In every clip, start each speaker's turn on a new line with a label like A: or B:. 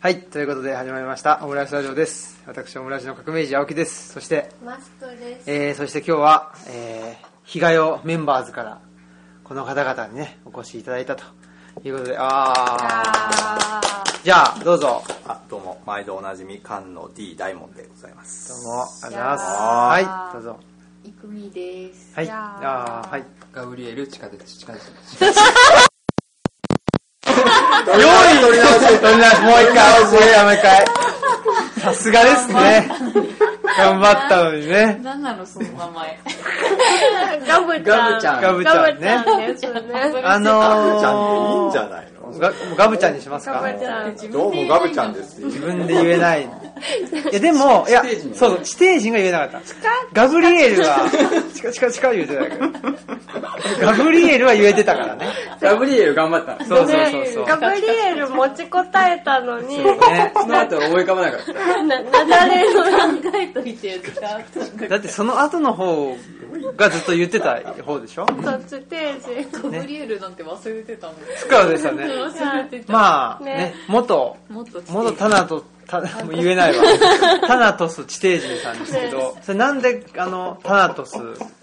A: はい、ということで始まりました、オムライスラジオです。私、オムライスの革命児、青木です。そして、
B: マスクです。
A: えー、そして今日は、えー、日が代メンバーズから、この方々にね、お越しいただいたということで、あー。
B: あー
A: じゃあ、どうぞ。
C: あどうも毎度おなじみ菅野 D 大門でございます
A: どうも、ありがとうございます。
B: じゃあ
A: はい、どうぞ。
B: いくみです。
A: はい、
B: じゃ
A: あー、はい。
D: ガブリエル地下鉄地下鉄
A: 用意取り直し取り直しもう一回、もう一回、もう一回。さすがですね。頑張ったのにね。
E: なんなのその名前。
B: ガブちゃん。
D: ガブちゃん
A: ガブちゃんね。
B: ですね。
A: あ
C: ガブちゃんでいいん
A: の
C: じ
A: ー、
C: ゃないの
A: ガガブちゃんにしますか
B: ガブちゃん。
C: どうもガブちゃんです
A: 自分で言えない。いや、でも、いや
D: 地底人、
A: そうそう、地底人が言えなかった。ガブリエルは、チカチカチカ言うてたけど。ガブリエルは言えてたからね。
D: ガブリエル頑張ったの
A: そうそうそうそう。
B: ガブリエル持ちこたえたのに、
A: ね
D: その後思い浮かばなかった
B: な、なだれの、
E: 考えといてよ、使う
A: だってその後の方がずっと言ってた方でしょ
B: そう、ステージ。
E: と。ガブリエルなんて忘れてたもん。
A: つかでしたね。
E: 忘れてた。
A: まあ、
B: ね
A: ね、元、
E: もっと地
A: 元
E: 底
A: タナと、タもう言えないわ。タナトス地底人さんですけど、それなんで、あの、タナトス、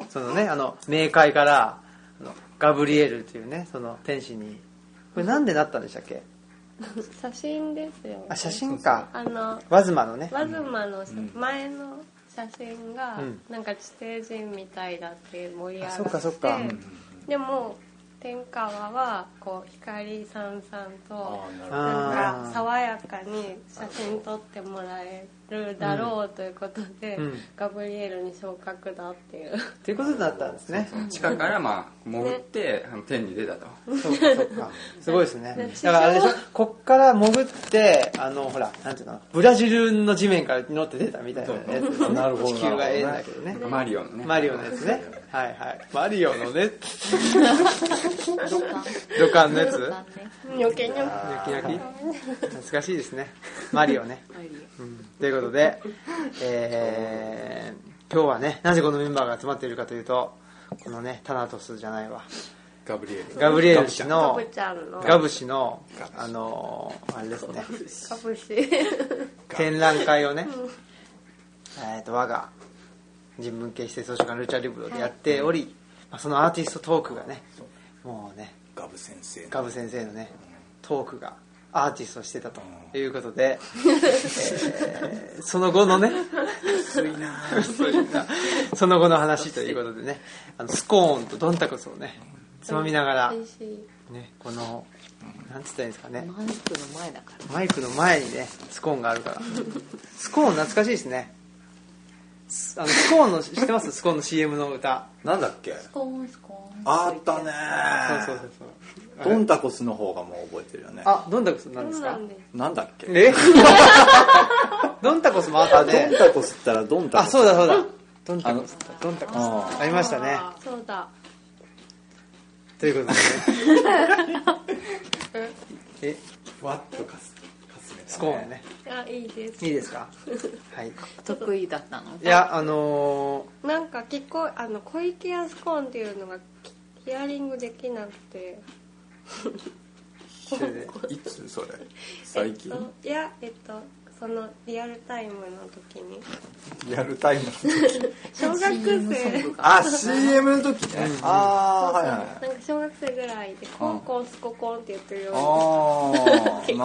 A: そのね、あの、冥界から、あのガブリエルっていうね、その天使に、これなんでなったんでしたっけ
B: 写真ですよ。
A: あ、写真か。
B: あの、
A: ワズマのね。
B: ワズマの前の写真が
A: うん、
B: なんか地底人みたいだって盛り上
A: あそっ
B: が
A: かそっ
B: っ
A: か
B: て、でも、天川は、こう、光さんさんと、なんか
A: あ
B: 爽やかに写真撮ってもらえるだろうということで、
A: うん
B: ガブリエルに昇格だっていう
A: あ。っていうことだったんですね。
D: 地下からまあ潜ってあの天に出たと
A: そうかそうか。すごいですね
B: ね。
A: だからあれでしょ、こっから潜って、あの、ほら、なんていうの、ブラジルの地面から乗って出たみたいなやつですね。
C: なるほど
A: 地球が縁だけどね。
D: マリオのね
A: マリオのやつね。はいはい。マリオの ね。土管のやつ
B: 余計に
A: 焼き焼き懐かしいですね。マリオね。うんということで、えー、今日はね、なぜこのメンバーが集まっているかというと、このね、タナトスじゃないわ。
C: ガブリエル
A: ガブリエル氏
B: ガ
A: の
B: ブ、ちゃんの
A: ガブ氏の、あのー、あれですね、
B: ガブシ
A: 展覧会をね、えっと、我が人文系指定図書館ルチャリブロでやっており、まあそのアーティストトークがね、もうね、
C: ガブ先生
A: ガブ先生のねトークがアーティストをしてたということで、えーその後のね薄いなその後の話ということでねあのスコーンとドンタコスをねつまみながら、
B: 美味しい
A: ね、このなんつったらいいんですかね
E: マイクの前だか
A: マイクの前にねスコーンがあるからスコーン懐かしいですねあのスコーンの知ってますスコーンの CM の歌
C: なんだっけ
E: ら。コーンスコーン。
C: あった
A: そうそう
C: ね
A: そうそう
C: ドンタコスの方がもう覚えてるよね
A: あドンタコスなんで
B: そ
A: す
B: うな
A: か
B: んです
C: なんだっけ
A: え ドンタコスもあった
C: ド
A: ね
C: ンタコスったらドンタ
A: あ、
C: コス
A: そうだそうだ。ドンタ
C: あ
A: コ
C: の
A: ス。ドンタコス。
C: あ
A: ありましたね。
B: そうだ
A: ということでね。え、
C: わっとかすかすめた
A: スコーンね。
B: あいいです
A: いいですかはい。
E: 得意だったの。
A: いや、あの
B: なんか聞こあの小池康コンっていうのがきヒアリングできなくて
A: ー、それで
C: いつそれ最近
B: えっといやえっとそのリアルタイムの時 に
C: リアルタイムの時
B: 小学生
C: あ CM の時ねああはいはい
B: なんか小学生ぐらいでコンコンスココンって言ってるような
C: ああ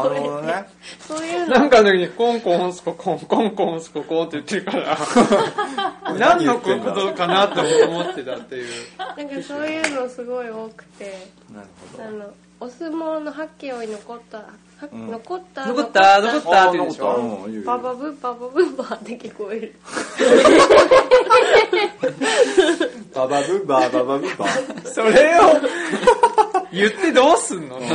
C: なるほどね
B: そ ういうの
A: なんかの時にコンコンスココンコンコンスココンって言ってるから、 何のことかなと思ってたっていう。
B: なんかそういうのすごい多くて
C: なるほど
B: あのお相撲のハッケを残ったは
C: うん
B: 残った
A: 残った残ったって言うでし
C: あー
A: ょ
C: 残ったうん言う言う
B: ババブババブバって聞こえる
C: ババブバババブバ
A: それを 言ってどうすんの
B: な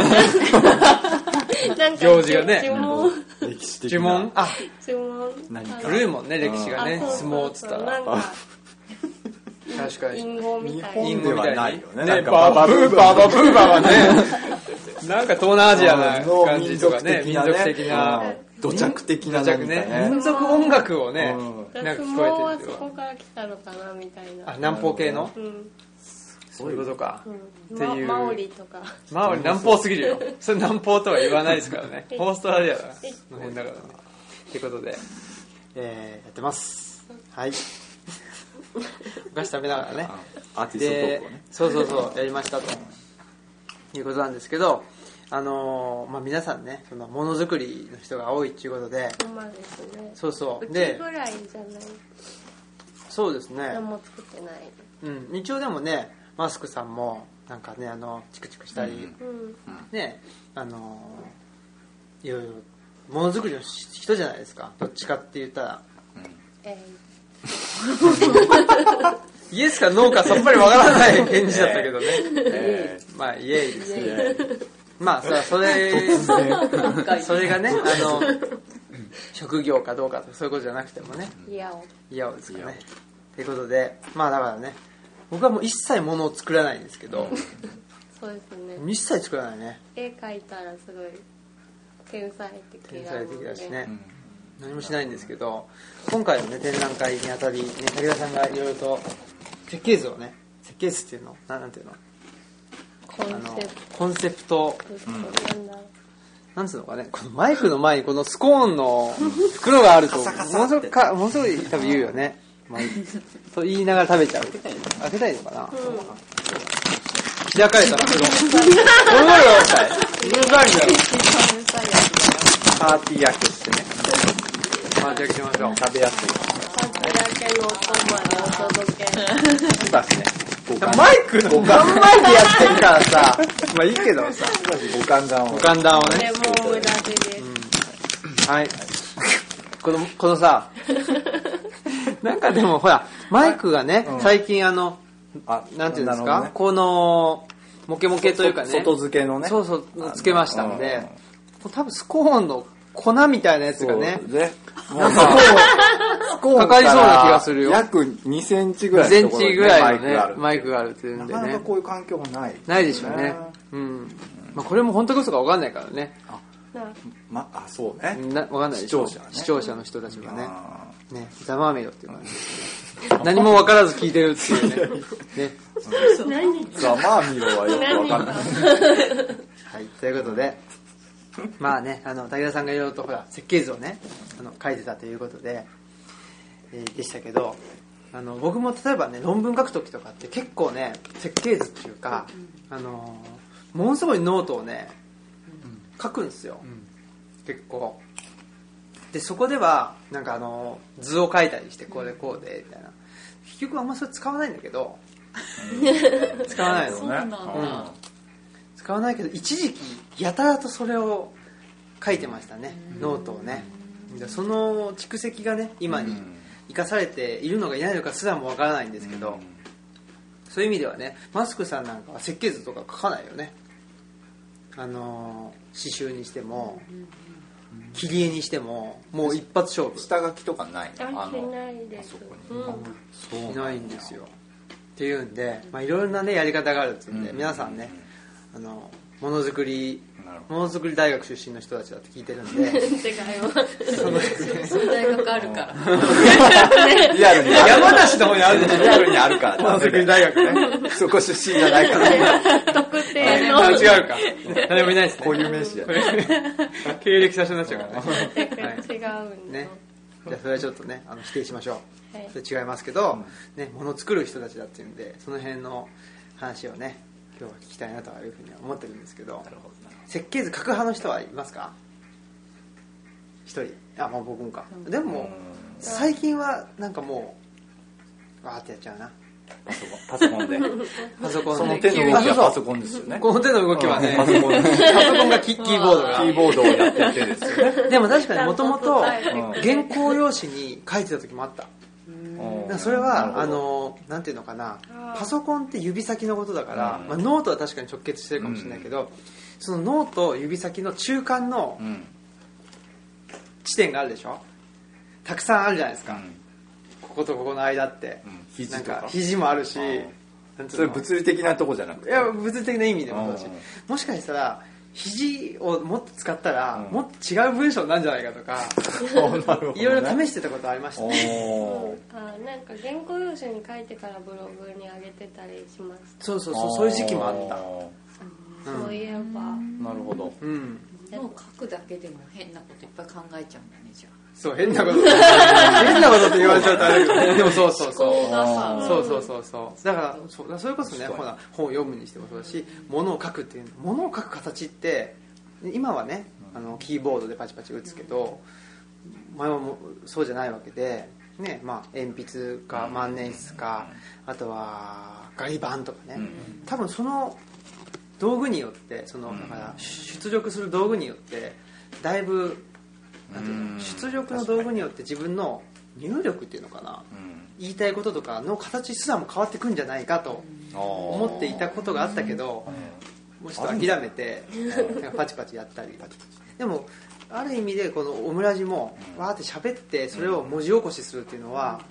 B: んか
A: 行事がね
B: 呪文
C: 歴史的な
A: 呪文あ、
B: 呪文
C: 何か
A: 古いもんね、歴史が
B: あ
A: ね。
B: そうそう
A: 相撲っつった
B: な
A: ら
B: ん。か
A: 確かに。
B: 隠語み
C: 日
B: たい
C: 本
B: な
C: ではないよね
A: ね、
C: なんか
A: ババブーバーバブーバーはね、 なんか東南アジアな感じとかね、民族的な、
C: うん土着的な
A: 着
C: 何か
A: ね、
C: ね
A: 民族音楽をね、
C: う
B: 相
A: なんか聞
B: 撲
A: こえ
B: は
A: て
B: そ
A: るっていう
B: こから来たのかなみたい
A: あ、
B: な
A: 南方系の
B: うん
A: そういうことか。
B: うん、
A: って
B: ま
A: いう
B: マオリとか
A: マオリ南方すぎるよ。それ南方とは言わないですからね。オーストラリアだの辺だからね。ってことで、えーやってます。はい。お菓子食べながらね。
C: アーティストトー
A: で
C: クをね、
A: そうそうそう、やりましたと。いうことなんですけど、あのーまあ、皆さんね、そのものづくりの人が多いっていうことで、
B: まですね
A: そうそう。
B: うち
A: で、
B: ぐらいじゃない
A: そうですね
B: 何。も作ってない
A: うん、一応でもね、マスクさんも、なんかね、あの、チクチクしたり、
C: うん
B: うん
A: ねあのいろいろものづくりの人じゃないですかどっちかって言ったら
B: え
A: イエスかノーかさっぱりわからない返事だったけどね、
C: え
A: まあイエイです
C: ーえー
A: まあさそれそれがねあ の職業かどうかとかそういうことじゃなくてもね
B: ー、いやを
A: 嫌ですかねということでまあだからね僕はもう一切ものを作らないんですけ ど
B: そうですね
A: 一切作らないね
B: 絵描いたらすごい天才的
A: 天
B: な
A: 才
B: ので
A: 的だしね、
C: うん
A: 何もしないんですけど今回の、ね、展覧会にあたり、ね、武田さんがいろいろと設計図をね設計図っていうのななんていうの
B: コン
A: あの
B: セプ
A: コンセプト
B: トとなんだ、
A: なんつうのかねこのマイクの前にこのスコーンの袋があるとものすごくかものすごい多分言うよね、まあ、と言いながら食べちゃう開けたいのかな、開かれたなけど ごめんなさいうるさいんだよ
C: パーティー焼きをしてね
A: まあじゃあ行きましょう
C: 食べやすい
B: パンツだけのおそばでお届け
C: しますね五感
A: マイクの真ん前でやってるからさまあいいけどさ
C: 五感が
A: 五感談を
B: こ
A: ね
B: れも無駄でです、
A: はい。この、このさ、なんかでもほら、マイクがね、最近あの、
C: あ
A: なんていうんです
C: な
A: か、
C: るほ
A: この、モケモケというかね、
C: そ外付けのね
A: そうそう、つけましたん
C: うん
A: で、これ多分スコーンの粉みたいなやつが
C: どね
A: ね
C: そ、うね
A: なんか、かかりそうな気がするよ
C: 約2センチぐら
A: 2
C: い
A: セ
C: の
A: ン
C: ところ
A: チ
C: に
A: ぐらいのね、
C: マ
A: マ
C: イ
A: イ
C: ク
A: ク
C: が
A: が
C: あ
A: あ
C: る
A: るっていうん
C: な
A: で
C: かなか
A: ね。
C: こういう環境がない
A: ないでしょうね
C: ね。
A: うん。まあこれも本当か嘘かわかんないからね。
B: な
C: まあそうね
A: なわかんないでしょ
C: 視聴者ね
A: 視聴者の人たちがね。
C: あ
A: ね、ザマーメイドっていう感じですね。何も分からず聞いてるっていうね。ね。
B: 何
C: ーザ・マーミロは よくわかんない
A: はい、ということで、まあね、あの、武田さんがいろいろとほら、設計図をね、あの、書いてたということで、えーでしたけど、あの、僕も例えばね、論文書くときとかって結構ね、設計図っていうか、あのー、ものすごいノートをね、書くんですよ。結構。で、そこでは、なんかあの、図を書いたりして、これこうで、みたいな。結局あんまそれ使わないんだけど、使わないの。
E: そうなんだ
A: うん使わないけど一時期やたらとそれを書いてましたねノートをねでその蓄積がね今に生かされているのかいないのかすらもわからないんですけど、そういう意味ではねマスクさんなんかは設計図とか書かないよねあのー刺繍にしても切り絵にしてももう一発勝負
C: 下書きとかないの
B: あ
C: あ
B: し
C: の
B: ないで
C: あ
B: す
C: そこに
B: うん
C: そう
A: いないんですよっていうんで、まあ、いろいろなねやり方があるっていうんで、
C: うん
A: 皆さんねあのものづくり
C: なるほ
A: ものづくり大学出身の人たちだって聞いてるん で
B: 違います
A: その
E: そう大学あるから
C: どリアルに
A: 山梨の方にあるでしょ
C: リアルにあるから
A: ものづくり大学ね
C: そこ出身じゃないから
B: 特定の
A: あ違うか誰もいないですね
C: こういう名詞やね
A: 経歴詐称になっちゃうからね
B: なんか 違うんだ
A: ねじゃあそれはちょっとねあの否定しましょう、
B: はい
A: それ違いますけど、ね、もの作る人たちだっていうんでその辺の話をね今日は聞きたいなというふうには思ってるんですけど設計図書く派の人はいますか一人あまあ僕もか、でも最近はなんかもうわーってやっちゃうな
C: パソコンで
A: パソコン
C: その手の動きはパソコンですよね
A: この手の動きはね、
C: パソコンで
A: パソコンがキキーボード
C: キ
A: が
C: ーボードをやってる手ですよね
A: でも確かにもともと
B: ちゃんと答えて
C: く
A: 原稿用紙に書いてた時もあっただからそれはあのなんていうのかな
B: あー
A: パソコンって指先のことだから、
C: うん
A: まあ、ノートは確かに直結してるかもしれないけど、そのノートと指先の中間の
C: うん
A: 地点があるでしょたくさんあるじゃないですか、
C: うん
A: こことここの間って、
C: うん肘
A: なん
C: とか
A: か肘もあるし
C: あー
A: なんてい
C: そ
A: う
C: れ
A: の
C: 物理的なとこじゃなく
A: い
C: て
A: や物理的な意味でもそうだし
C: うん
A: もしかしたら肘をもっと使ったら、
C: うん
A: もっと違う文章になるんじゃないかとか、
C: なるほど、ね。
A: いろいろ試してたことありました
C: お
A: ね。
C: ー
B: あなんか原稿用紙に書いてからブログに上げてたりしまし
A: そうそうそう、そういう時期もあった。
B: た、そういえば、
C: なるほど。
A: うん。
E: もう書くだけでも変なこといっぱい考えちゃうんだねじゃ
A: そう、変な こと。変なことって言われちゃうとあれだけどでもそうそう
E: あ
A: そう。
E: 思考が
C: あ
E: さ
A: そうそうそうそうだからそうだからそれこそね
C: 確か
A: ほ
C: に
A: ら本を読むにしてもそうだし物を書くっていう物を書く形って今はねあのキーボードでパチパチ打つけど前はもうそうじゃないわけで、ねまあ、鉛筆か万年筆かあとはガリ版とかね、
C: うん
A: 多分その道具によってそのだから出力する道具によってだいぶなんていう
C: う
A: の
C: ん
A: 出力の道具によって自分の入力っていうのかな
C: うん
A: 言いたいこととかの形すらも変わってくんじゃないかと思
C: 思
A: っていたことがあったけどもうちょっと諦めてなんかパチパチやったりでもある意味でこのオムラジもわーって喋ってそれを文字起こしするっていうのは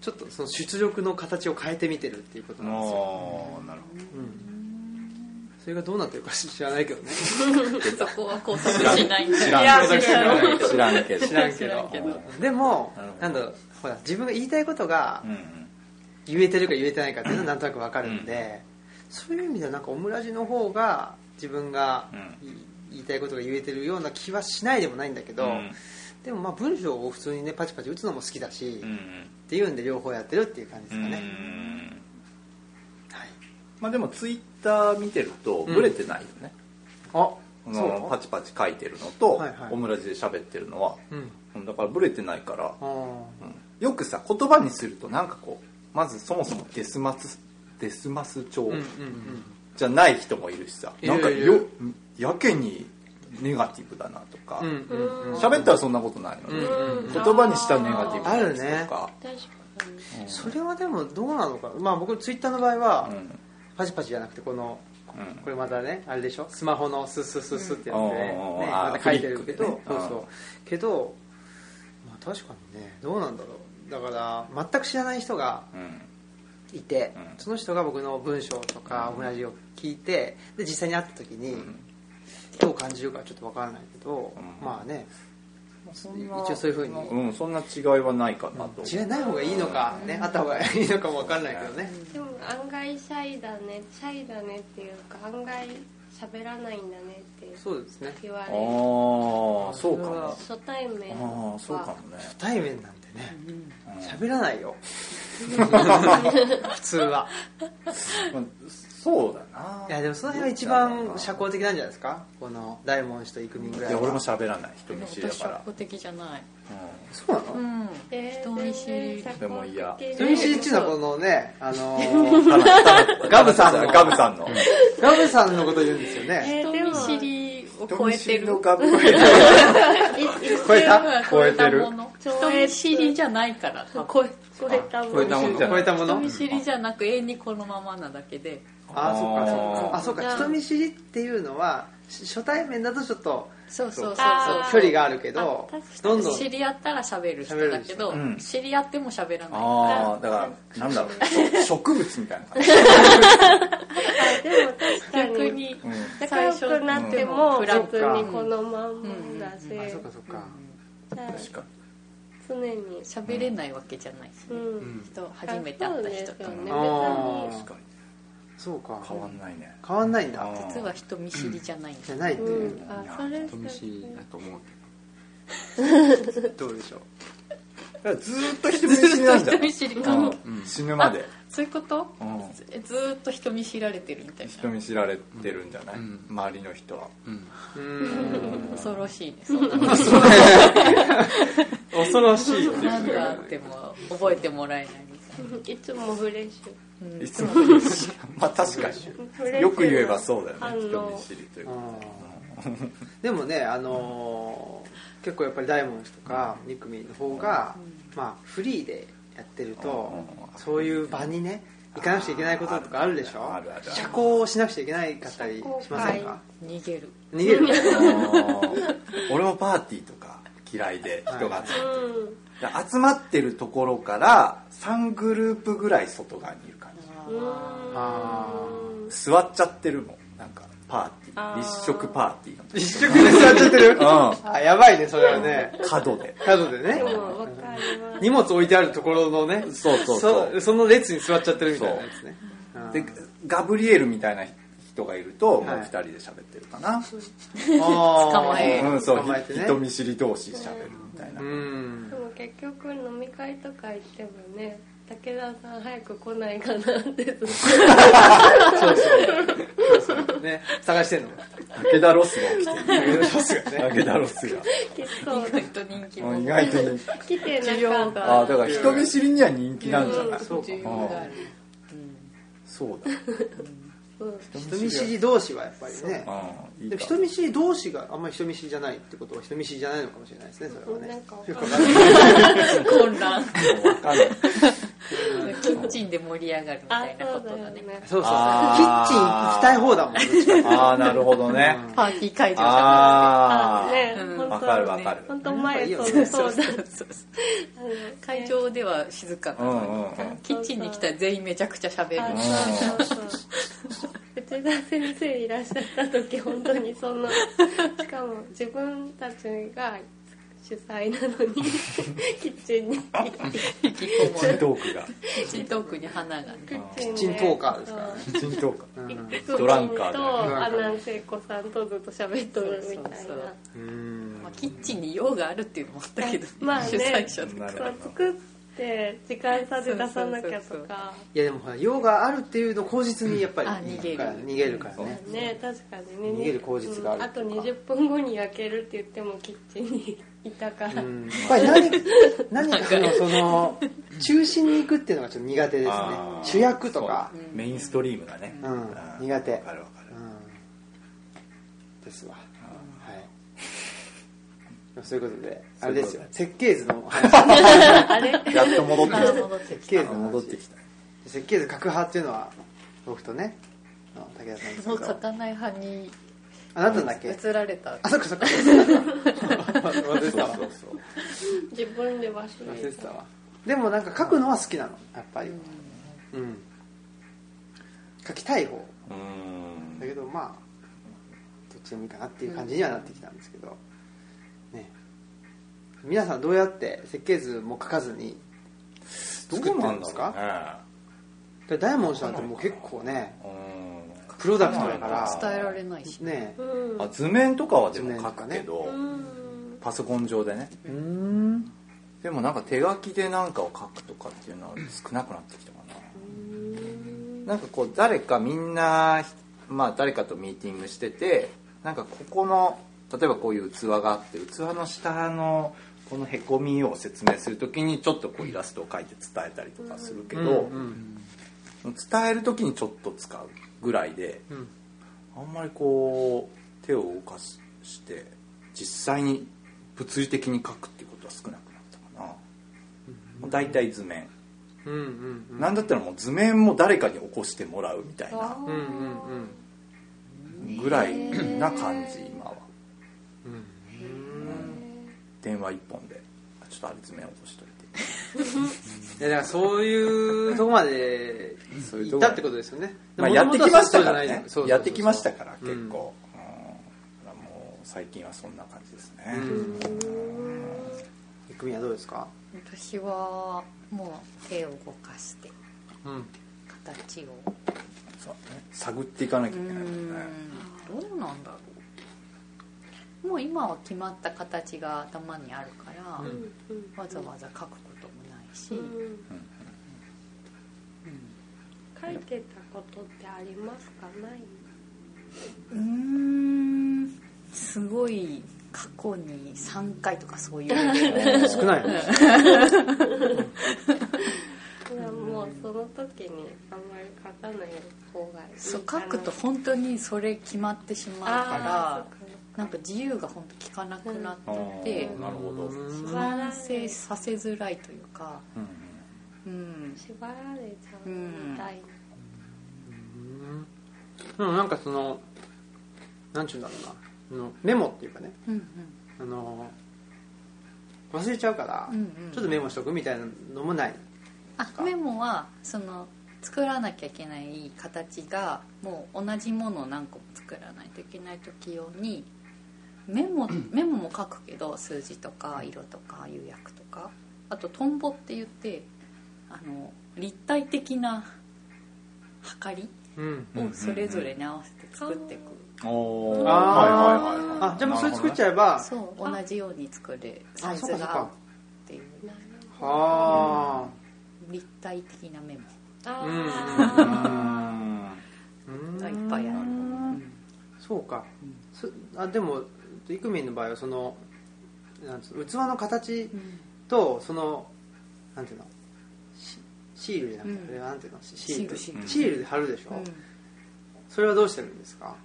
A: ちょっとその出力の形を変えてみてるっていうことなんですよ、
C: おーなる
A: うん、それがどうなってるか知らないけどね
E: んそこは考察しないんだ
C: 知
E: よ
C: らん
E: いや
C: けど
E: 知ら
C: 知
E: ん
C: らんけど
A: 知らんけどでも
C: なるほど
A: なんだろうほら自分が言いたいことが
C: うんうん
A: 言えてるか言えてないかっていうのはなんとなくわかるんで、そういう意味ではなんかオムラジの方が自分が
C: う
A: い言いたいことが言えてるような気はしないでもないんだけど、
C: うん
A: でもまあ文章を普通にねパチパチ打つのも好きだし、
C: う
A: っ
C: ん
A: ていうんで両方やってるっていう感じで
C: う
A: すかね、
C: ん
A: はい、
C: まあでもツイッター見てるとブレてないよね、
A: あそう
C: そのパチパチ書いてるのと、
A: はいはい
C: オムラジで喋ってるのは
A: うん
C: うんだからブレてないから、
A: あー
C: うんよくさ言葉にするとなんかこうまずそもそもデスマスデスマス調
A: うんうんうん
C: じゃない人もいるしさ、
A: いる
C: なんか
A: い
C: よ
A: る
C: やけにネガティブだなとか、
A: うんうんうん
C: 喋ったらそんなことないのに、
A: うんうん
C: 言葉にしたネガティブなやつとか、
B: 確かに
A: それはでもどうなのかまあ僕ツイッターの場合は、
C: うん
A: パチパチじゃなくてこの
C: うん
A: これまたねあれでしょスマホのスッスッスッスッってやって、ね
C: うん
A: ね
C: あー
A: また書いてるけど、
C: クリック
A: そ
C: で
A: う
C: ね
A: そうけど、まあ、確かにねどうなんだろうだから全く知らない人が
C: うん
A: いて、
C: うん
A: その人が僕の文章とかオムラジを聞いてで実際に会った時に、どう感じるかちょっと分からないけど、
C: うん
A: まあね
C: そ
A: んな一応そういう風に
C: うん、そんな違いはないかなと、
A: 知らない方がいいのか、ね、あった方がいいのかも分からないけどね、
B: でも案外シャイだねシャイだねっていうか案外喋らないんだねって
A: そうですね
B: 言われる
C: ああそ
A: そ
C: うか
A: れは
C: も
B: 初対面
C: あ
B: は
C: あそうかもね
A: 初対面なんてね
C: うん
A: 喋らないよ普通は
C: まあ そうだない
A: やでもその辺は一番社交的なんじゃないですかこの大門氏と育民ぐらい
C: いや
A: は
C: 俺も喋らない人見知りだ
E: 私
C: か
E: は
C: ら
E: 個的じゃない
A: そうなの、
E: うん
B: え
E: 人見知り
B: 全然
C: でもいいや
A: 人見知りっていうのはこのねあの
C: うん
A: ーガブさんの
C: ガブさんの
A: ガブさんのこと言うんですよね
B: えー
E: 人
B: でも
E: 見知りを超え
C: 人見知
E: てる
C: りの ガブ
A: 超えた
E: 超えた
C: 超えてる
E: もの人見知りじゃないから多分
B: 超え超えたも
C: 超えたもの
A: 超えたも
E: 人
A: の
E: 見知りじゃなく永遠にこのままなだけで
A: あ
C: あー
A: あそっかそっかあそっか人見知りっていうのはし初対面だとちょっと
E: そうそうそう
B: あー
A: 距離があるけど
B: あ確かに
A: どんどん
E: 知り合ったら喋る人だけ
A: 喋
C: る人
E: ど、
C: うん
E: 知り合っても喋らない
C: ああだからなんだろう植物みたいな感じ
B: あでも確か
E: 逆
B: に
E: に
C: うん
B: 仲良くなっても
E: うん
B: 別にこのまんまだし
A: あそっかそっか
B: じゃあ
C: 確か
B: 常に
E: 喋れないわけじゃないし、
B: うん
E: 人初めて会った人と
B: そうですよ
E: ね
B: ね
A: あ
C: に確かに
A: そうか
C: 変わんないね
A: 変わんないんだ
C: あー
E: 実は人見知りじゃないんだ
A: じゃないって
B: 別に
A: いううん
B: あそれ
D: 人見知りだと思うけ
A: どうでしょう
C: だからずーっと人見知りなんだ
E: 人見知りかも、
C: うん死ぬまで
E: そういうこと、
C: うん
E: えずーっと人見知られてるみたい
C: 人見知られてるんじゃない、
D: うん
C: 周りの人は
D: ど、うん、
A: うーん
E: な恐ろしいです
A: 恐ろしいってい
E: 何
A: う
E: があっても覚えてもらえないみたいな、
B: いつもフレッシ
C: いつも言うしまあ確
B: ュフレ
C: か
B: ッシュ
C: に
B: な
C: よく言えばそうだよね
B: 反
C: 人
B: 応
C: 見知りという
A: う
C: か
A: んでもね、あのー結構やっぱりダイモンズとかニクミの方が、まあ、フリーでやってると、
C: うん
A: そういう場にね行かなくちゃいけないこととかあるでしょ
C: あるある
A: 社交をしなくちゃいけないかったりしませんか
E: 逃げる
A: 逃げる
C: あー俺もパーティーとか嫌いで人が集まって
B: うん
C: だから集まってるところから3グループぐらい外側にいる感じ
B: うーん
A: あ
C: 座っちゃってるもんなんかパーティ
B: あ
C: ー
B: ー
C: 立食パーティーなんて
A: 一色で座っちゃってる
C: う
A: あやばいねそれはね
C: ん角で
A: 角でね
B: でもわかります
A: 荷物置いてあるところのね
C: そうそうそう
A: そその列に座っちゃってるみたいなやつねうん
C: でガブリエルみたいな人がいると、もう
A: はい
C: 二人で喋ってるかな、
A: 捕
E: まえ
C: うん、そう、
A: 捕まえてね
C: 人見知り同士喋るみたいな、
A: うん
B: でも結局飲み会とか行ってもね武田さん早く来ないかなってずっと
A: ね探してんの
C: 武田ロスが起きてる
A: ね
C: 武田ロスが
B: 来そう
E: 意外と人気
C: うん意
E: 者
C: 外と人気
B: 来てなかっ
C: あ
B: た
C: あだから人見知りには人気なんじゃない、
E: うん需要がある
C: そうだ、
B: うん
A: 人見知り同士はやっぱりね
C: うん、いい
A: でも
C: か
A: 人見知り同士があんまり人見知りじゃないってことは人見知りじゃないのかもしれないですねそれはね
B: なんかわか
A: よ
B: ん
A: く
B: な
A: わ
B: い
A: かんない
E: 混乱
C: わかんない
E: キッチンで盛り上がるみ
B: あ
E: たいな
B: そ
E: こ
B: うだ
E: と
B: よ
E: だね
B: ね
A: そうそうキ
C: あ
A: ッ
C: ー
A: チン行きたい方だもんどっちかって
C: ああなるほどね、
E: パーティー会場
C: あ
B: あ
C: あ、
B: ね
E: うん
B: 本当
C: わかるわかる
B: 本当前
A: なんかいいよ
B: そう
A: ね
B: そうだあの
E: 会場では静か
C: う
E: な、
C: んうんうん
E: キッチンに来たら全員めちゃくちゃ喋
B: あ
E: る
B: そうそうそう内田先生いらっしゃった時本当にそんなしかも自分たちが主催なのにキッチンに
E: 引きこも
C: チン
E: る
C: トークが
E: キッチントークに花がね
B: キッチン
A: キッチントーカーですからね
C: チントーク
A: うん
B: そう
C: ドランカーだよ
B: とアナン聖子さんとずっと喋っとるみたい
E: そうそうそう
B: な
A: うん
E: まあ、キッチンに用があるっていうのもあったけど、
B: まあね
E: 主催者で
C: なる
B: まあ作って時間差で出さなきゃと
E: そうそうそうそ
B: か
A: いやでもほら用があるっていうの口実にやっぱり
E: あ逃げる
A: から逃げるからね
B: ね確かにね
A: 逃げる口実がある
B: うんあと20分後に焼けるって言ってもキッチンにいたから、
A: うんやっぱり何何かのその中心に行くっていうのがちょっと苦手ですね
C: あー
A: 主役とか
C: そうメインストリームがね、
A: うん
C: あー
A: 苦手
C: わかるわかる
A: うんですわはいそういうことであれですよ
C: そういうことで
A: 設計図の話
B: あれ
C: やっと戻って
E: ま
C: き
E: あ
C: た
E: 戻って
A: 設
E: きた
A: 計図の話
C: 戻ってきた
A: 設計図書く派っていうのは僕とねあの武田さんです
E: その
A: け
E: 書
A: ど
E: かない派に
A: あなただっけ
E: 移られた
A: あそっかそっか忘れてたわ
C: そうそう
B: 自分で忘
A: 忘
B: れ
A: れ
B: て
A: てた
B: た
A: わでもなんか書くのは好きなのやっぱりうん書きたい方
C: そうう
A: だ
C: ん
A: けどまあどっちでもいいかなっていう感じにはなってきたんですけど、ね皆さんどうやって設計図も書かずに
C: ど
A: 作っ
C: う
A: て
C: な
A: るん
C: ん
A: ですか
C: だ
A: でダイヤモンドさんってもう結構ね
C: ろうね
A: プロダクトだから
E: 伝えられないし、
A: ね
B: うん
C: うんあ図面とかはでも書くけど、
B: うん
C: パソコン上でね
A: うーん
C: でもなんか手書きで何かを書くとかっていうのは少なくなってきたかな、なんかこう誰かみんなまあ誰かとミーティングしててなんかここの例えばこういう器があって器の下のこのへこみを説明するときにちょっとこうイラストを描いて伝えたりとかするけ
A: け
C: ど、
A: うん
C: 伝えるときにちょっと使うぐらいで
A: うん
C: あんまりこう手を動かしして実際に物理的に書くっていうことは少なくなったかな、もう大体図面、
A: うんうんうん
C: なんだったらもう図面も誰かに起こしてもらうみたい
B: あ
C: な
B: ー
A: うんうんうん
C: ぐらいな感じ今は
A: うん
C: 電話一本であちょっとあれ図面落としといて
A: いやだからそういうとこまで
C: そういう
A: 行
C: とこ
A: ったってことですよね、
C: まあ、やってきましたから
A: 元々はそうじゃない
C: ね
A: のそうそうそうそう
C: やってきましたから結
A: うん
C: 構、うんだからもう最近はそんな感じですね、
A: うんいくみはどうですか
E: 私はもう手を動かして
A: うん
E: 形を
C: そうね探っていかなき
E: う
C: ゃいけないもんね
E: どうなんだろうもう今は決まった形が頭にあるから、
A: う
B: うんうん
E: わざわざ書くこともないし、
B: うん
C: うん
B: 書いてたことってありますかない
E: うんうんすごい過去に3回とかそういうレベル
A: 少ないの
B: それはもうその時にあんまり書かない方がいいかな
E: そう書くと本当にそれ決まってしまう
B: あ
E: か
B: ーそう
E: らなんか自由が本当効かなくなっ
C: あ
E: てて
C: ーなるほど、うんうん
B: うん
E: 完成させづらいというかうん
B: 縛られちゃうみたいな、
A: でもなんかそのなんちゅうんだろうなあのメモっていうかね
E: うん
A: あの忘れちゃうから、
E: うんうんうん
A: ちょっとメモしとくみたいなのもない
E: あメモはその作らなきゃいけない形がもう同じものを何個も作らないといけない時用にメモメモも書くけど数字とか色とか釉薬とかあとトンボって言ってあの立体的なはかり
A: うん
E: をそれぞれに合わせて作っていく、
C: おー
A: あ
C: はいはいはいはい
A: あじゃあもうそれ作っち
C: ゃ
A: ゃえば、
E: そう同じように作れるサ
A: あ
E: イズ
A: そうかそう
E: が合う
A: か
E: っていう
A: は
E: 立体的なメモ
B: あ
A: う
B: ー
A: あうん
E: がいっぱいある
A: そうか、そあでもイクミンの場合はそのなんつうの器の形とそのなんていうのシシールじゃなくて、あ
E: うん
A: れはなんていうのシシール
E: シールシー
A: シ
E: ル
A: ールで貼るでしょ、
E: うん
A: それはどうしてるんですか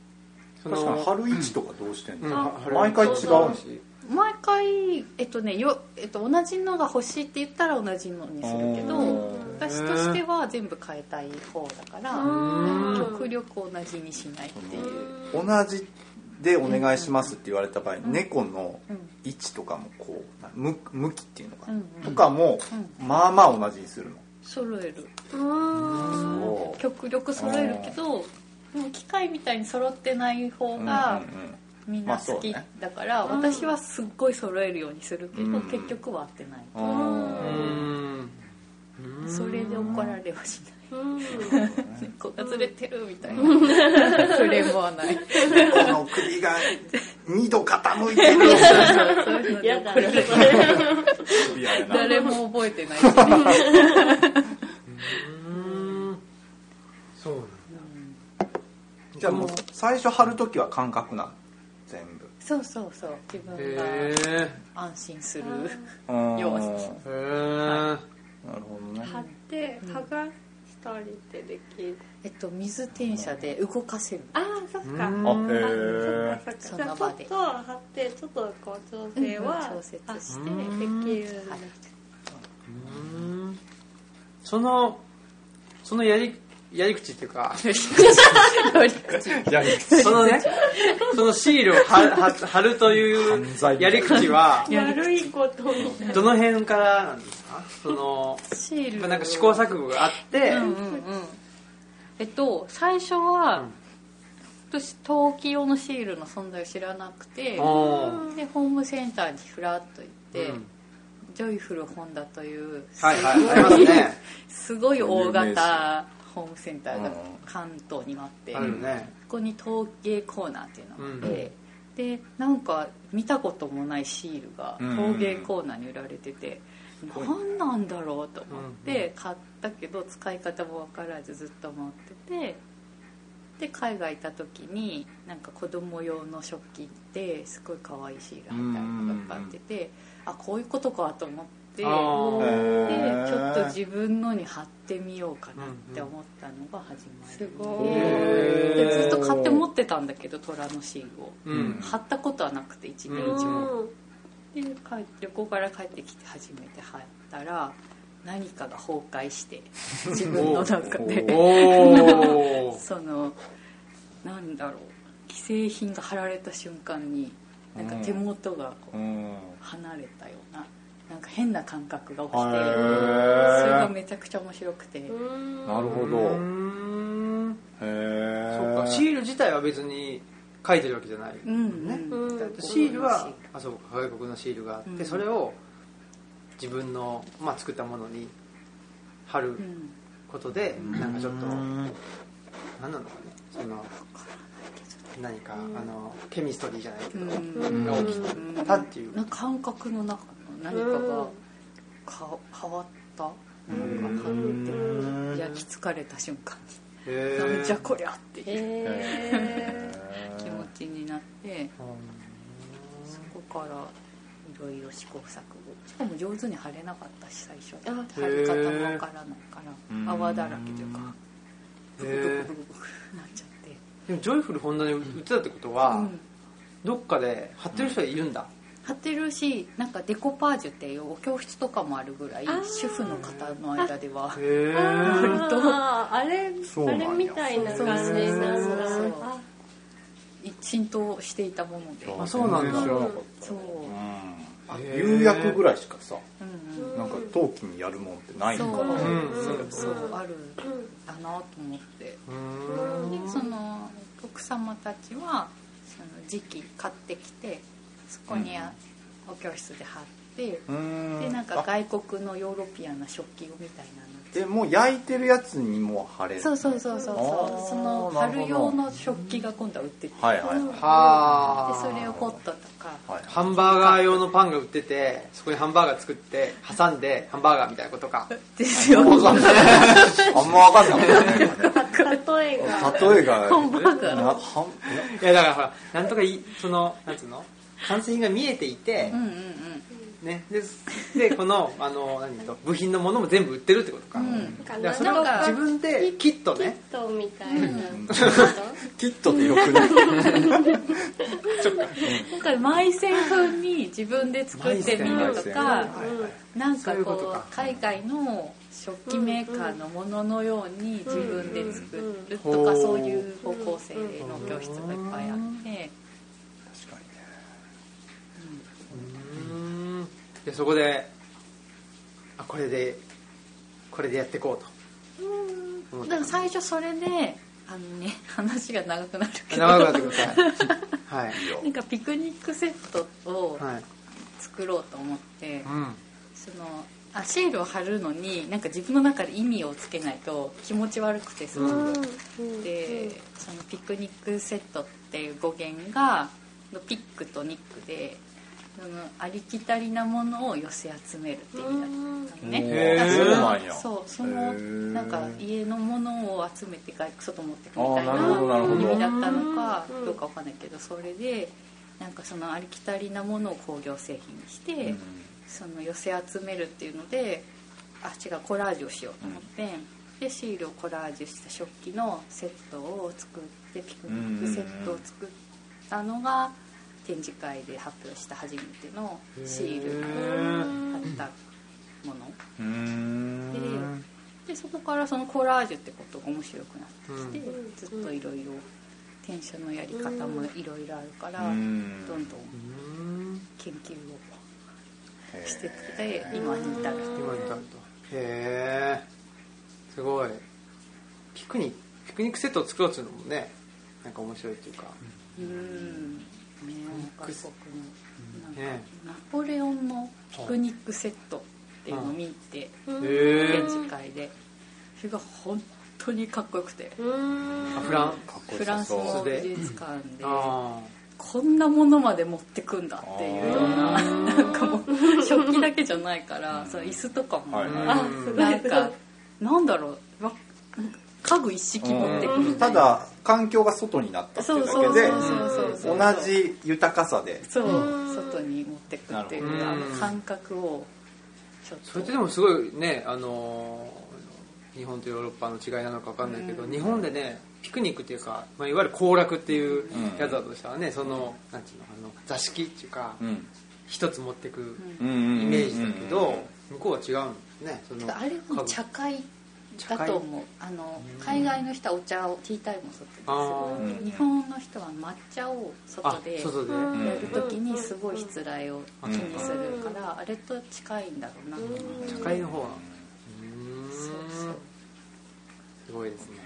A: そ
C: 確かに春市とかどうしてん
A: うん
C: の、
A: は
C: 毎回違
B: そうう
E: 毎回えっとねよ、えっと、同じのが欲しいって言ったら同じのにするけど
C: おー
E: 私としては全部変えたい方だから
A: うん
E: 極力同じにしないっていう、
C: 同じでお願いしますって言われた場合、猫の
E: うん
C: 位置とかもこう向向きっていうのかな、
E: うんうん
C: とかも、まあまあ同じにするの
E: 揃える
B: うん
C: そう
E: 極力揃えるけどでも機械みたいに揃ってない方
C: う
E: が
C: んうんうん
E: みん
C: ま
E: な
C: あそう
E: 好き
C: ね
E: だから
B: うん
E: 私はすっごい揃えるようにするけ
C: うんう
E: ど
C: ん
E: 結局は合ってない
C: あ
A: うーん
E: それで怒られはしない
B: うん
E: 結構がずれてるみたいな それもはない
C: ーこの首が2度傾いてる
E: そういうので
B: やだ
E: 怒られる
C: 首あれな
E: 誰も覚えてないしうん
A: うんそうなんだ
C: じゃあもう最初貼るときは感覚なの全部
E: そうそうそう自分が
A: へえ
E: 安心する
C: うん
E: よし
A: へえ
C: なるほどね
B: 貼って剥がしたりってできる
E: えっと水転写で動か せる
B: あーそっか
A: うん
C: あへ
B: あ
C: え
B: そっかそ
E: そ
B: っかじゃ
E: の
B: あちょ
E: 場
B: っ
E: で
B: と貼ってちょっとこう調整は
E: うん調節して
B: あできるんだ
E: はい
A: うんそのそのやりやり口っていう か
C: やり口
A: そのね、そのシールを 貼貼貼るという
C: 犯罪み
A: や
C: たいな
A: り口は、
B: 悪いことみたいな
A: どの辺からなんですかその、
E: シール
A: まあ、なんか試行錯誤があって、
E: うんうんうんえっと最初は、
A: うん
E: 私陶器用のシールの存在を知らなくてでホ
A: おー
E: ームセンターにふらっと行って、
A: うん
E: ジョイフル本田というすご,、
A: はいいはい、ありますね。
E: すごい大
C: 有名です
E: 型ホームセンターが
C: うん
E: 関東にもあって、
A: あるね。
E: そこに陶芸コーナーっていうのがあって、でなんか見たこともないシールが
C: うん
E: 陶芸コーナーに売られてて、
C: ごい
E: 何なんだろうと思って買ったけど使い方も分からずずっと持っててで海外行った時になんか子供用の食器ってすごい可愛いシールみたいなのがいっぱい売っててあこういうことかと思って。
A: あー
E: でちょっと
C: へ
E: 自分のに貼ってみようかなって思ったのが始まり
B: す
C: ー
B: ごい
A: へ
E: で
A: ー
E: ずっと買って持ってたんだけど虎のシールを
A: うん。
E: 貼ったことはなくて1年
B: う
E: 以上、
B: ん
E: で帰旅行から帰ってきて初めて貼ったら何かが崩壊して自分の中で
A: おー。
E: そのなんだろう既製品が貼られた瞬間になんか手元がこ
C: う
E: うん離れたようななんか変な感覚が起きて
C: へ
E: そ
C: ー
E: れがめちゃくちゃ面白くて
B: うん
C: なる
A: う
C: ほど
A: ーん。
C: へえ
A: そうか、シール自体は別に書いてるわけじゃない。
E: うん、
A: ね
E: う
B: う
E: ん
B: ん
A: シールは、あ、そうか、外国のシールがあって、
E: うん
A: それを自分の、まあ、作ったものに貼る
E: うん
A: ことで、なんかちょっと、
C: うん
A: 何なのかねその何かあのケミストリーじゃないけ
E: う
A: ど、
E: ん
A: が起き
E: うん
A: たっていう、
E: な感覚の中の何か
B: う
E: が
B: ん
E: か変わった
B: うん
E: なんか
C: うん
E: 焼き疲れた瞬間に
A: へ
E: なん
A: ー
E: じゃこりゃっていう
B: へ
E: 気持ちになってそこからいろいろ試行錯誤しかも上手に貼れなかったし最初
B: あ
E: 貼り方もわからないか
C: うん
E: ら泡だらけというかブクブ
A: へ
E: クブクブクなっちゃって
A: ーでもジョイフル本田に売ってたってことは、
E: うん
A: どっかで貼ってる人はいるんだ、
E: 貼ってるしなんかデコパージュっていうお教室とかもあるぐらい
B: あー
E: 主婦の方の間では
A: へえ
B: え
E: 割と
B: あーあれ
C: そう
B: あ
C: なん
B: れ
C: や
B: みたいな感じなんだ
E: そうそうそう
B: あ
E: 浸透していたもので
A: あそうなんだ
C: 全然知らなかっ
E: そう
C: たうん釉薬ぐ
A: らい
C: らいしかさ
E: うんうん
C: なんか陶器にやるもんってない
E: そ
C: のか
E: う
C: ら
A: ん
E: そうそうあるんだなと思って
A: うん
E: その奥様たちはその磁器買ってきてそこにあお教室で貼って、
C: うーん
E: でなんか
C: あ
E: 外国のヨーロピアンな食器みたいなの
C: でもう焼いてるやつにも貼れる
E: そうそうそうそう
C: あ
E: そ
C: ー
E: うその
C: なるほど
E: 春用の食器が今度は売ってて、
C: はいはいはい
A: は
E: で
A: あ
E: それをポットとか
C: はい
A: ハンバーガー用のパンが売っててそこにハンバーガー作って挟んでハンバーガーみたいなことか
E: ですよ
C: わかんないあんまわかんない
B: 例えが
C: 例えが
E: ハンバーガー
C: なハン
A: いやだからほらなんとかいそのなんつうの完成品が見えていて
E: うん、うん
A: ね、ででこのあの何と部品のものも全部売ってるってことか、
E: うん
A: だからそれを
E: なんか
A: 自分でキットね
B: キットみたいなこと
C: キットでよくね
E: うん今回埋線風に自分で作ってみると
C: 埋
E: か
C: 線
E: なん
A: そ
E: か
A: ういう
E: こ
A: こ
E: う
A: とか
E: 海外の食器メーカーのもののように自分で作ると
A: う
E: か
A: ん
E: そういう方向性の教室がいっぱいあって
C: 確かにね
A: うんでそこであこれでこれでやっていこうと思っ
E: だ
A: た
E: から最初それであのね話が長くなるけど
A: 長くなってくだ さいはい
E: なんかピクニックセットを
A: はい、
E: 作ろうと思って
A: うん、
E: そのあシールを貼るのになんか自分の中で意味をつけないと気持ち悪くてすごくでそのピクニックセットっていう語源がピックとニックでそのありきたりなものを寄せ集めるっていう意味だったのね
A: へー
E: だから
A: そう
C: なんや
E: そうその
C: へー
E: なんか家のものを集めて外外持ってくみた
C: あー
E: い
C: なるほどなるほ
E: な
C: ど
E: 意味だったのか
B: うん
E: どうかわかんないけどそれでなんかそのありきたりなものを工業製品にして。その寄せ集めるっていうのであ違うコラージュをしようと思って、でシールをコラージュした食器のセットを作ってピクニックセットを作ったのが展示会で発表した初めてのシールだったもの
C: うーん
E: でそこからそのコラージュってことが面白くなってきて、
B: うん
E: ずっといろいろ転写のやり方もいろいろあるから、
C: うん
E: どんどん
A: うん
E: 研究を
C: へー
E: してきて今に至
A: 今に
E: るっていう
A: 至るとへえすごいピクニックピクニックセットを作ろうっていうのもねなんか面白いっていうか、
E: うんね外国のなんか
A: ね
E: ナポレオンのピクニックセットっていうのを見て
A: へえ
E: 展示会でそれが本当にかっこよくて
A: あフラン
C: かっこよ
E: フラ
C: さ
E: ンス
C: そう
E: の美術館で
A: あ
E: こんなものまで持ってくんだっていうような
A: あー
E: なんかもう食器だけじゃないからその椅子とかも
C: はい
A: あ
C: は
E: なんかなんだろうわ家具一式持ってく
C: う
E: み
C: ん
E: た
C: た
E: いな
C: だ環境が外になったって
E: そ
C: いううだ
E: そうそうそうそう
C: け
E: そう
C: で同じ豊かさで
E: そう、
B: うん
E: 外に持ってくっていう
A: な
E: あ
A: るほど
E: の感覚をちょっと
A: それってでもすごいねあのー日本とヨーロッパの違いなのか分かんないけど、
E: うん
A: 日本でねピクニックっていうか、まあ、いわゆる行楽っていうやつだとしたらね、そのなんていうのあの座敷っていうか
C: うん
A: 一、つ持ってく
E: うん
A: イ
C: イメ
A: メージだけど、向こうは違うんですねその
E: あれも茶会だと思うあの海外の人はお茶をティータイムを外です
A: あ
E: る日本の人は抹茶を外
A: あ
E: でや
A: 外で、
B: うん
E: る時にすごい失礼を気にするか
B: う
E: らあれと近いんだろうな
B: うん
A: 茶会の方はうーん
E: そうそう
A: すごいですね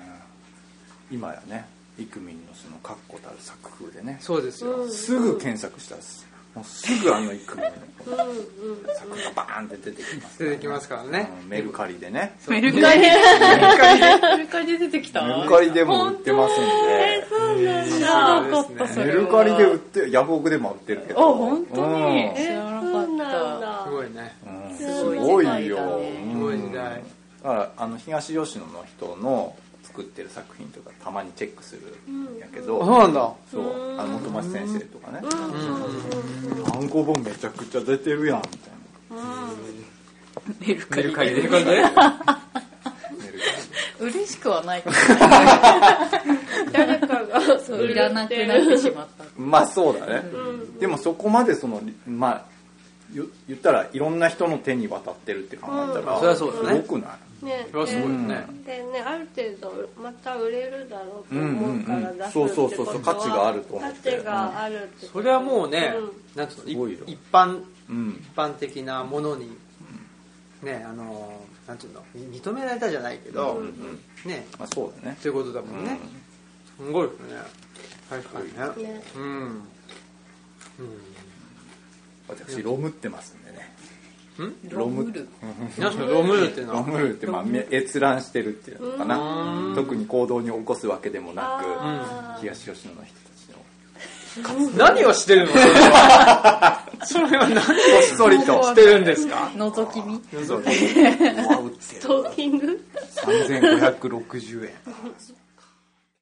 C: 今やねイクミンのその確固たる作風でね
A: そうですよ、
B: うん
C: すぐ検索したらすもうすぐあのイクミンの
B: うん
C: 作風がバーンって出てきますから
A: 出てきますからね
C: うんメルカリでね
E: メルカリメルカリで出てきた
C: メルカリでも売ってますん
E: 知らなかった
A: す
E: そ
C: で
E: れ
C: メ
E: は
C: ルカリで売ってヤフオクでも売ってるけ
E: あ
C: ど
E: 本当に
C: うん
E: 知らなかった
A: すごいね
C: うん
E: す
C: す
E: ご
C: ご
E: い
C: い
E: 時代
C: よ
E: だね
A: すごい時代
C: だからあの東吉野の人の作ってる作品とかたまにチェックするんやけど、
A: あそうなんだ
C: そうあの本町先生とかね
B: うん
C: 「単行本めちゃくちゃ出てるやん」みたい
E: メルカリ
A: メルカリで
C: なメル
E: 嬉しくはないけど
B: 誰かがそう
E: いらなくなってしまった
C: まあそうだね、でもそこまでその、まあ、言言ったらいろんな人の手に渡ってるって考えたら、
B: うん
D: そりゃそうですね
C: ごくない
B: ね
D: それはすごいですね
B: でねある程度また売れるだろうと
C: うん
B: 思うか
C: うん
B: ら
C: うん
B: 出すって
C: そ
B: こ
C: う
B: と
C: そ
B: は
C: うそうそう価値があると思って
B: 価値があるってこと
A: それはもうね、なんつうの
C: すごいよ
A: い一般
C: うん
A: 一般的なものにねあのなんていうのみ認められたじゃないけど、
C: うんうん
A: ね
C: まあ、そうだね
A: っていうことだもんね、すごいですね確か
B: うん
A: にね
B: ね
A: うん、うん
C: 私ロムってますんでね
E: ロムル
A: なんすかロムールっていうの
C: ロ
A: は
C: ムルって、まあ、め閲覧してるっていうのかな特に行動に起こすわけでもな
B: あー
C: く東吉野の人たちの
A: 何をしてるのそれはそれは何を
C: ひっそりと
A: してるんですか
E: 覗き見
C: そうそううわ売って
B: ストーキング
C: る3560円